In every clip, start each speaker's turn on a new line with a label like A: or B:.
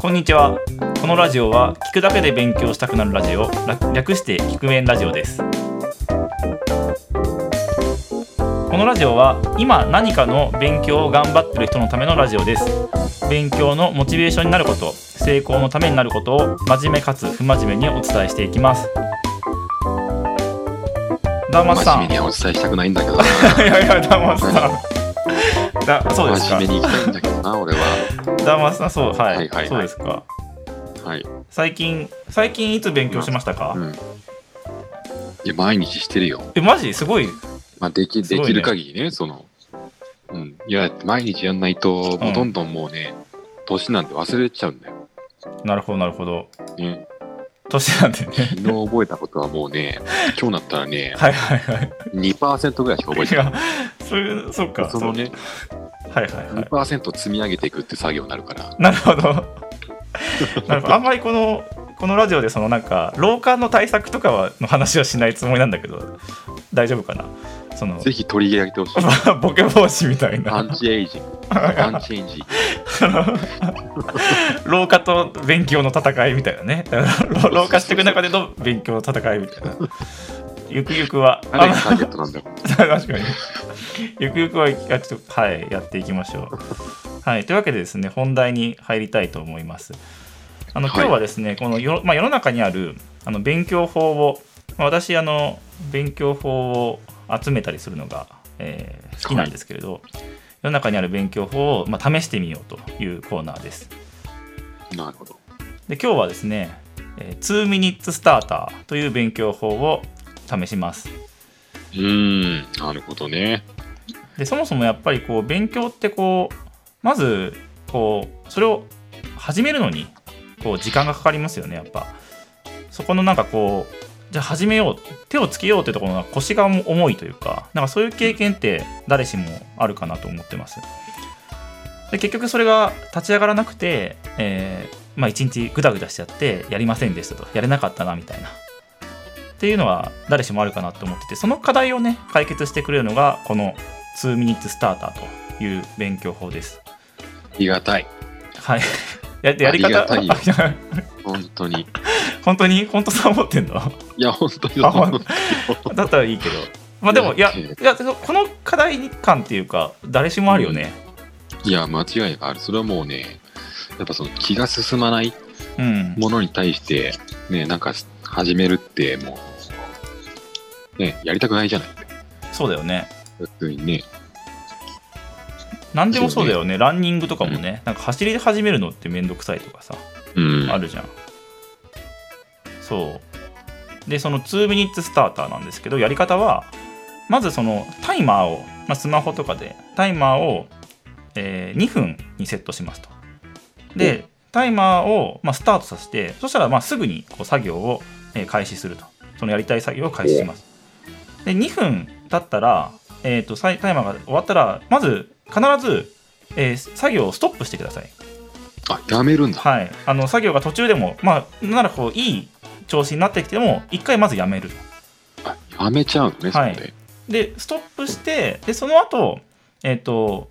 A: こんにちはこのラジオは聞くだけで勉強したくなるラジオら略して聞く面ラジオですこのラジオは今何かの勉強を頑張ってる人のためのラジオです勉強のモチベーションになること成功のためになることを真面目かつ不真面目にお伝えしていきますダーマスさ
B: 真
A: ん
B: 面目にはお伝えしたくないんだけど
A: いやいやダーマス
B: な。
A: さんだ そうです
B: 真
A: か
B: 面目に行きたいんだけ どな、俺は。
A: ダーマスさんそうはい,、
B: はいはいはい
A: そうですか
B: はい。
A: 最近最近いつ勉強しましたか、
B: うん。いや、毎日してるよ。
A: えマジすごい
B: まあ、でき、
A: すごい
B: で
A: ね
B: きる限りね、その。うん。いや、毎日やんないと、もうどんどんもうね、年なんて忘れちゃうんだよ。
A: なるほどなるほど
B: ね。
A: 年なんでね
B: 昨日覚えたことはも うね、今日なったらね、
A: はいはいはい
B: 2%ぐらいしか覚え
A: い
B: てない。
A: やそういうそうか
B: そのね、
A: そうはいはいはい
B: 2%積み上げていくって作業になるから。
A: なるほど。なるほどあんまりこのこのラジオでそのなんか老化の対策とかはの話はしないつもりなんだけど大丈夫かなその
B: ぜひ取り上げてほしい。
A: ボケ防止みたいな
B: アンチエイジン グ。アンチエイジ。
A: 老化と勉強の戦いみたいなねだから老老化していく中での勉強の戦いみたいなゆくゆくは
B: 誰がターゲットな んだろう。
A: 確かに。ゆくゆくはやっとはい、やっていきましょう。はい、というわけでですね、本題に入りたいと思います。あの
B: は
A: 今
B: い
A: 日はですね、この世,、まあ、世の中にあるあの勉強法を、まあ、私あの、勉強法を集めたりするのが、えー好きなんですけれど、世の中にある勉強法を、まあ、試してみようというコーナーです。
B: なるほど。
A: で今日はですね、えー2ミニッツスターターという勉強法を試します。
B: うーん、なるほどね。
A: でそもそもやっぱりこう勉強ってこうまずこうそれを始めるのにこう時間がかかりますよねやっぱそこのなんかこうじゃあ始めよう手をつけようってところの腰が重いというかなんかそういう経験って誰しもあるかなと思ってますで結局それが立ち上がらなくて、えーまあ、一日グダグダしちゃってやりませんでしたとやれなかったなみたいなっていうのは誰しもあるかなと思っててその課題をね解決してくれるのがこの2ミニッツスターターという勉強法です。
B: ありがたい。
A: はい。 ややり
B: あり
A: 方
B: がたいよ
A: や
B: 本当に。
A: 本当に本当そう思って んの
B: いや、本当に。
A: あほんだったらいいけど。まあでも、い
B: いや
A: や、いやこの課題感っていうか、誰しもあるよね。
B: いや、間違いがある。それはもうね、やっぱその気が進まない
A: うん。
B: ものに対して、ね、なんか始めるって、もう、ね、やりたくないじゃない。
A: そうだよね。
B: 普通にね。
A: 何でもそうだよね。ランニングとかもね。なんか走り始めるのってめんどくさいとかさ。
B: うん。
A: あるじゃん。そう。で、その2ミニッツスターターなんですけど、やり方は、まずそのタイマーを、まあ、スマホとかで、タイマーを、え2分にセットしますと。で、タイマーを、まあ、スタートさせて、そしたらまあすぐにこう作業を、えー開始すると。そのやりたい作業を開始します。で、2分経ったら、えー、とさいタイマーが終わったら、まず必ず、えー作業をストップしてください。
B: あ、やめるんだ。
A: はい、あの作業が途中でも、まあ、なんならこういい調子になってきても一回まずやめる
B: あやめちゃうのね、そ
A: はい
B: れで。
A: でストップしてでその後、えっと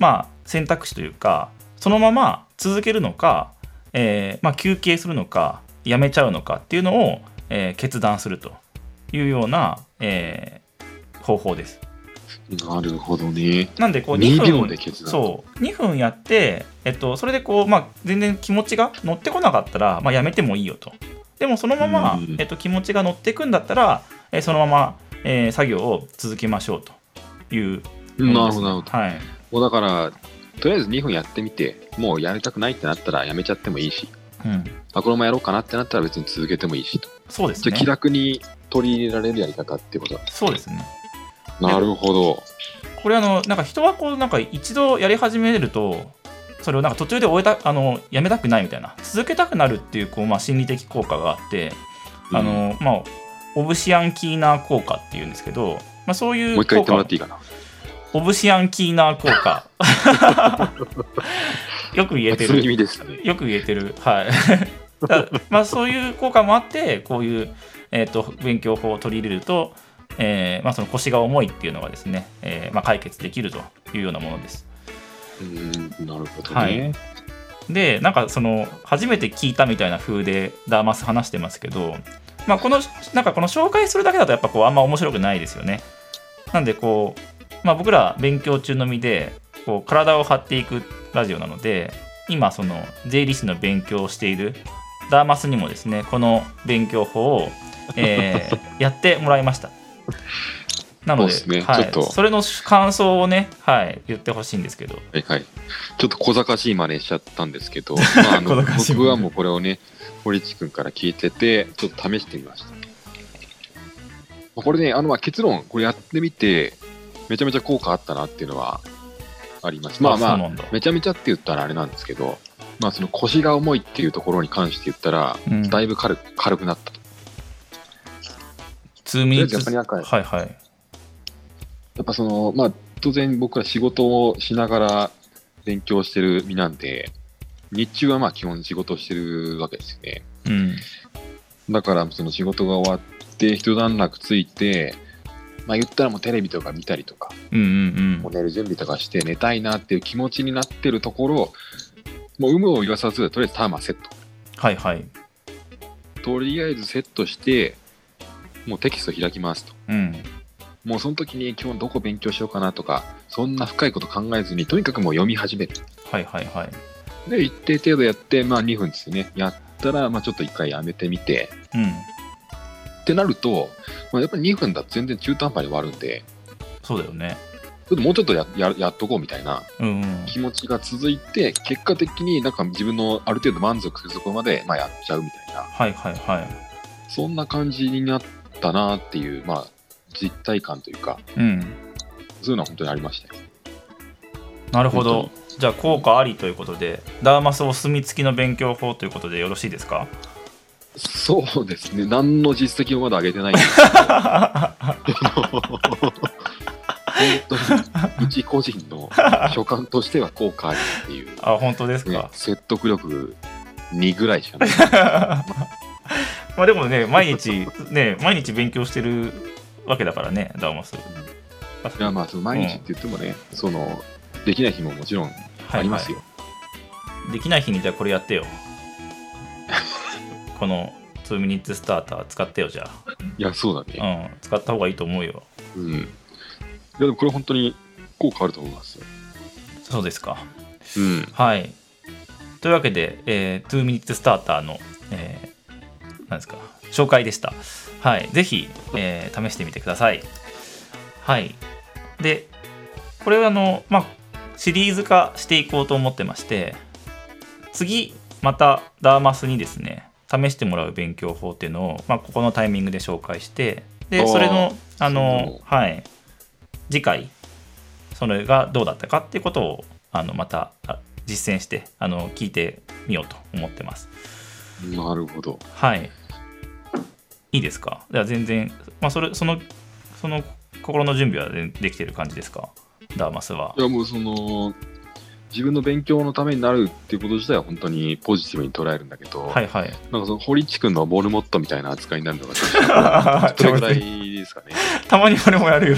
A: まあ選択肢というかそのまま続けるのか、えーまあ、休憩するのかやめちゃうのかっていうのを、えー決断するというような、えー方法です。
B: なるほどね。
A: なんでこう2
B: 2
A: 分
B: 秒で決断。
A: そう2分やって、えっと、それでこう、まあ、全然気持ちが乗ってこなかったら、まあ、やめてもいいよとでもそのまま、
B: うん
A: えっと、気持ちが乗ってくんだったら、えーそのまま、えー作業を続けましょうという
B: うんなるほど、なるほど。
A: はい、
B: もうだから、とりあえず2分やってみて、もうやめたくないってなったらやめちゃってもいいし、
A: うん、
B: あ、これもやろうかなってなったら別に続けてもいいしと。
A: そうです
B: じゃあ気
A: ね
B: 楽に取り入れられるやり方ってことだ。
A: そうですね
B: なるほど。
A: これあのなんか人はこうなんか一度やり始めるとそれをなんか途中で終えたあのやめたくないみたいな続けたくなるっていうこう、まあ、心理的効果があってあの、まあオブシアンキーナー効果っていうんですけど、まあ、そうい
B: うん
A: う
B: もう一回言
A: 効
B: って
A: 果
B: もらっていいかな。
A: オブシアンキーナー効果 よく言えて
B: 初
A: る
B: 耳ですね。
A: よく言えてるはい だまあそういう効果もあってこういう、えー、と勉強法を取り入れると、えーまあ、その腰が重いっていうのがですね、えーまあ、解決できるというようなものです
B: うん、なるほどね。
A: はいでなんかその初めて聞いたみたいな風でダーマス話してますけど、まあ、このなんかこの紹介するだけだとやっぱこうあんま面白くないですよね。なんでこう、まあ、僕ら勉強中の身でこう体を張っていくラジオなので今その税理士の勉強をしているダーマスにもですねこの勉強法を、え ーやってもらいました。なので
B: そうですね
A: は
B: ちょ
A: い
B: っ、と
A: それの感想をね、はい、言ってほしいんですけど。
B: はいはい。ちょっと小賢しい真似しちゃったんです けど、まあ、あの
A: 小賢しい真似
B: 僕はもうこれをね、堀内くんから聞いてて、ちょっと試してみました。まあこれね、あのまあ結論、これやってみて、めちゃめちゃ効果あったなっていうのはあります。まあま
A: そう
B: あ、
A: なんだ
B: めちゃめちゃって言ったらあれなんですけど、まあその腰が重いっていうところに関して言ったら、
A: うん
B: だいぶ軽く軽くなったと。
A: 2ミ
B: とりあ
A: ニ
B: えず
A: ッ
B: やっぱ
A: ツ
B: りなんか
A: はいはい。
B: やっぱその、まあ、当然僕ら仕事をしながら勉強してる身なんで、日中はまあ基本仕事をしてるわけですよね。
A: うん。
B: だからその仕事が終わって一段落ついて、まあ言ったらもうテレビとか見たりとか、
A: うんうん
B: もう寝る準備とかして寝たいなっていう気持ちになってるところ、もう有無を言わさず、とりあえずターマーセット。
A: はいはい。
B: とりあえずセットして、もうテキスト開きますと。
A: うん。
B: もうその時に今日どこ勉強しようかなとか、そんな深いこと考えずに、とにかくもう読み始める。
A: はいはいはい。
B: で、一定程度やって、まあ2分ですね。やったら、まあちょっと一回やめてみて、
A: うん。
B: ってなると、まあ、やっぱり2分だと全然中途半端に終わるんで、
A: そうだよね。
B: ちょっともうちょっとやややっとこうみたいな
A: うんうん。
B: 気持ちが続いて、結果的になんか自分のある程度満足するところまで、まあ、やっちゃうみたいな、
A: はいはいはい。
B: そんな感じになったなっていう、まあ実体感というか、
A: うん。
B: そういうのは本当にありましたよ。
A: なるほど
B: 本。
A: じゃあ効果ありということで、ダーマスお墨付きの勉強法ということでよろしいですか
B: そうですね。何の実績をまだ上げてないんですけど、本当に、うち個人の所感としては効果ありっていう。
A: あ、本当です
B: ね
A: か、。
B: 説得力2ぐらいし かない。
A: まあでもね、毎日、ね、毎日勉強してるわけだからね、ダーマス。
B: いやまあその毎日って言ってもね、そのできない日ももちろんありますよ。
A: できない日にじゃあこれや ってよこの2ミニッツスターター使ってよじゃ
B: いやそうだね。
A: あ、うん、使った方がいいと思うよ
B: うん。いやでもこれ本当に効果あると思いますよ。
A: そうですか
B: うん。
A: はいというわけで、えー、2ミニッツスターターの、えー、なんですか紹介でしたはいぜひ、えー試してみてくださいはいでこれはあのまあシリーズ化していこうと思ってまして次またダーマスにですね試してもらう勉強法っていうのを、まあ、ここのタイミングで紹介して
B: あ
A: で
B: ー
A: それのあ
B: そう
A: のはい次回それがどうだったかっていうことをあのまたあ実践してあの聞いてみようと思ってます
B: なるほど。
A: はいいいですかでは全然、まあ、それそのその心の準備はでできてる感じですかダーマスはい
B: やもうその自分の勉強のためになるっていうこと自体は本当にポジティブに捉えるんだけど、
A: はいはい
B: なんかその堀内くんのボルモットみたいな扱いになるのが それぐらいですかね。
A: たまに俺もやるよ。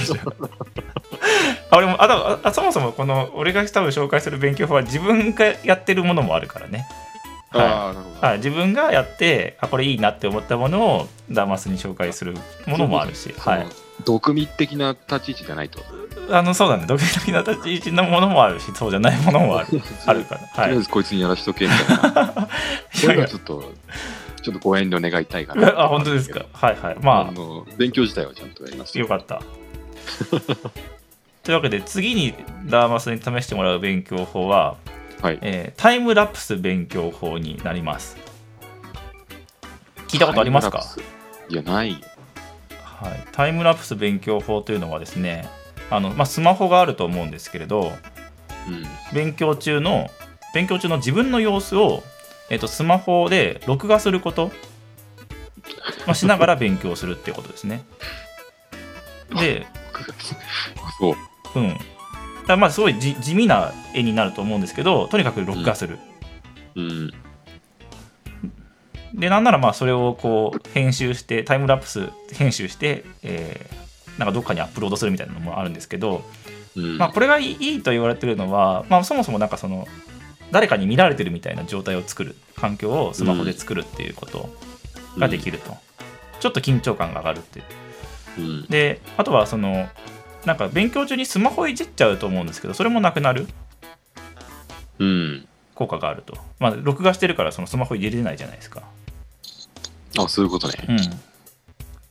A: あ 俺もあだあそもそもこの俺が多分紹介する勉強法は自分がやってるものもあるからね。は
B: ああなるほ
A: い、
B: ど。
A: はい、自分がやってあこれいいなって思ったものをダーマスに紹介するものもあるし、
B: そ
A: は
B: の
A: い、
B: 毒味的な立ち位置じゃないと。
A: あのそうだね独自的な立ち位置のものもあるしそうじゃないものもあるあるから、
B: とりあえ
A: は
B: ずこいつにやらしとけみたいな。
A: い、
B: それがちょっと、ちょっとご遠慮願いたいかな。
A: あ本当ですか。はいはいまあ
B: あの勉強自体はちゃんとやります
A: よかった というわけで次にダーマスに試してもらう勉強法は、
B: はい
A: えータイムラプス勉強法になります聞いたことありますか
B: タイムラプスいや、ないよ。
A: はい、タイムラプス勉強法というのはですねあの、まあ、スマホがあると思うんですけれど
B: うん。
A: 勉強中の勉強中の自分の様子を、えっとスマホで録画すること、まあ、しながら勉強するっていうことですねで
B: あそう。
A: うん。だからまあすごいじ地味な絵になると思うんですけど、とにかく録画する。
B: うん。
A: で、なんならまあそれをこう編集して、タイムラプス編集して、えーなんかどっかにアップロードするみたいなのもあるんですけど、
B: うん。
A: まあ、これがいいいいと言われてるのは、まあ、そもそもなんかその誰かに見られてるみたいな状態を作る環境をスマホで作るっていうことができると、ちょっと緊張感が上がるっていう
B: うん。
A: であとはそのなんか勉強中にスマホいじっちゃうと思うんですけどそれもなくなる
B: うん。
A: 効果があるとまあ録画してるからそのスマホいじれないじゃないですか
B: あ、そういうことね。
A: うん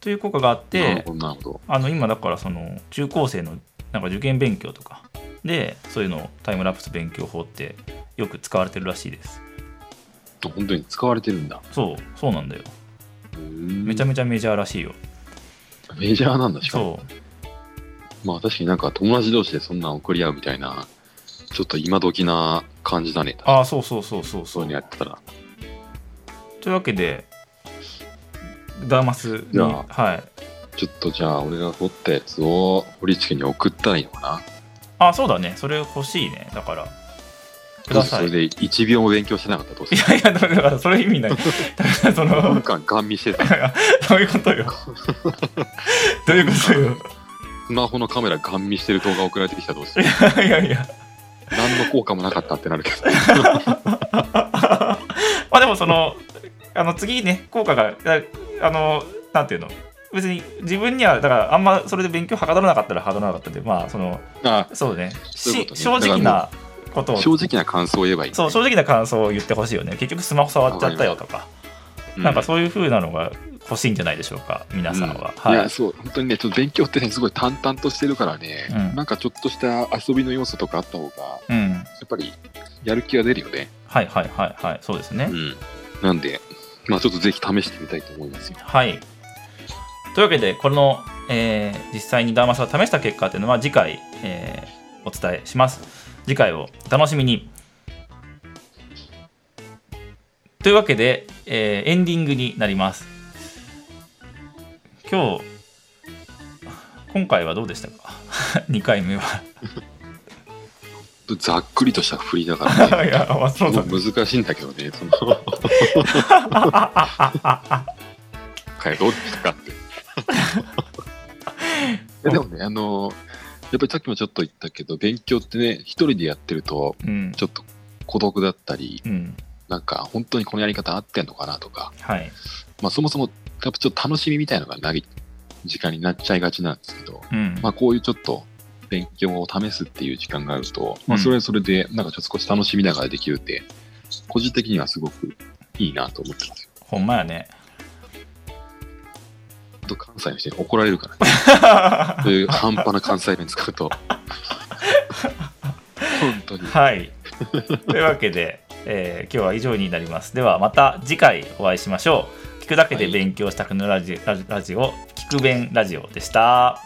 A: という効果があっ
B: な
A: て
B: るほど、なるほど。
A: あの今だからその中高生のなんか受験勉強とかでそういうのをタイムラプス勉強法ってよく使われてるらしいです
B: 本当に使われてるんだ。
A: そうそうなんだよ
B: め
A: めちゃめちゃメジャーらしいよ
B: メジャーなんだ、しかも。
A: そう
B: まあ確かになんか友達同士でそんなん送り合うみたいな、ちょっと今時な感じだね。
A: ああそうそうそうそう
B: そ
A: そう
B: いううのやってたら。
A: というわけでダーマスに
B: じゃあ
A: はい
B: ちょっとじゃあ俺が撮ったやつを堀地区に送ったらいいのかな。
A: あそうだねそれ欲しいねだからください
B: それで1秒も勉強してなかったらどうす
A: い
B: る
A: やいや、だからそれ意味ない。だからその、
B: 間ガン見 してた。
A: そういうことよ。どういうことよ。
B: スマホのカメラガン見してる動画送られてきたらどう する
A: いやいや。
B: 何の効果もなかったってなるけど。
A: まあでもその、あの次ね、効果が、ああの、なんていうの、別に自分には、だからあんまそれで勉強はかどらなかったらはかどらなかったんで、まあその、
B: あ
A: そうね、
B: そういう
A: し
B: ことね
A: 正直なことを、
B: 正直な感想を言えばいい、
A: そう、正直な感想を言ってほしいよね。結局スマホ触っちゃったよとか、なんか
B: そ
A: そういう風なのが欲しいんじゃないでしょうか、皆さんは。
B: い
A: は
B: や
A: い。
B: そう本当にねちょっと勉強ってねすごい淡々としてるからね、
A: うん
B: なんかちょっとした遊びの要素とかあった方が
A: う
B: や
A: ん。
B: っぱりやる気が出るよね、
A: はいはいはいはい、そうですね。
B: うん、なんでまあちょっとぜひ試してみたいと思いますよ
A: はい。というわけで、この、えー実際にダーマスを試した結果というのは次回、えーお伝えします。次回をお楽しみに。というわけで、えーエンディングになります。今日、今回はどうでしたか ?2 回目は。
B: ざっくりとした振りだからね
A: いや、まあそうだね
B: すごい難しいんだけどねそのはいどうですか っていやでもねあのやっぱりさっきもちょっと言ったけど勉強ってね一人でやってると
A: うん。
B: ちょっと孤独だったり
A: うん。
B: なんか本当にこのやり方合ってんのかなとか、
A: はい。
B: まあ、そもそもやっぱちょっと楽しみみたいのがない時間になっちゃいがちなんですけど、
A: うん。
B: まあ、こういうちょっと勉強を試すっていう時間があると、ま
A: う
B: あ、
A: ん
B: それはそれでなんかちょっと少し楽しみながらできるって個人的にはすごくいいなと思ってますよ。
A: ほんまや ね。
B: あと関西の人に怒られるからね。そういう半端な関西弁使うと。本当に。
A: はい。というわけで、えー今日は以上になります。ではまた次回お会いしましょう。聞くだけで
B: はい
A: 勉強したくなるラジ,ラジ、ラジオ、聞く弁ラジオでした。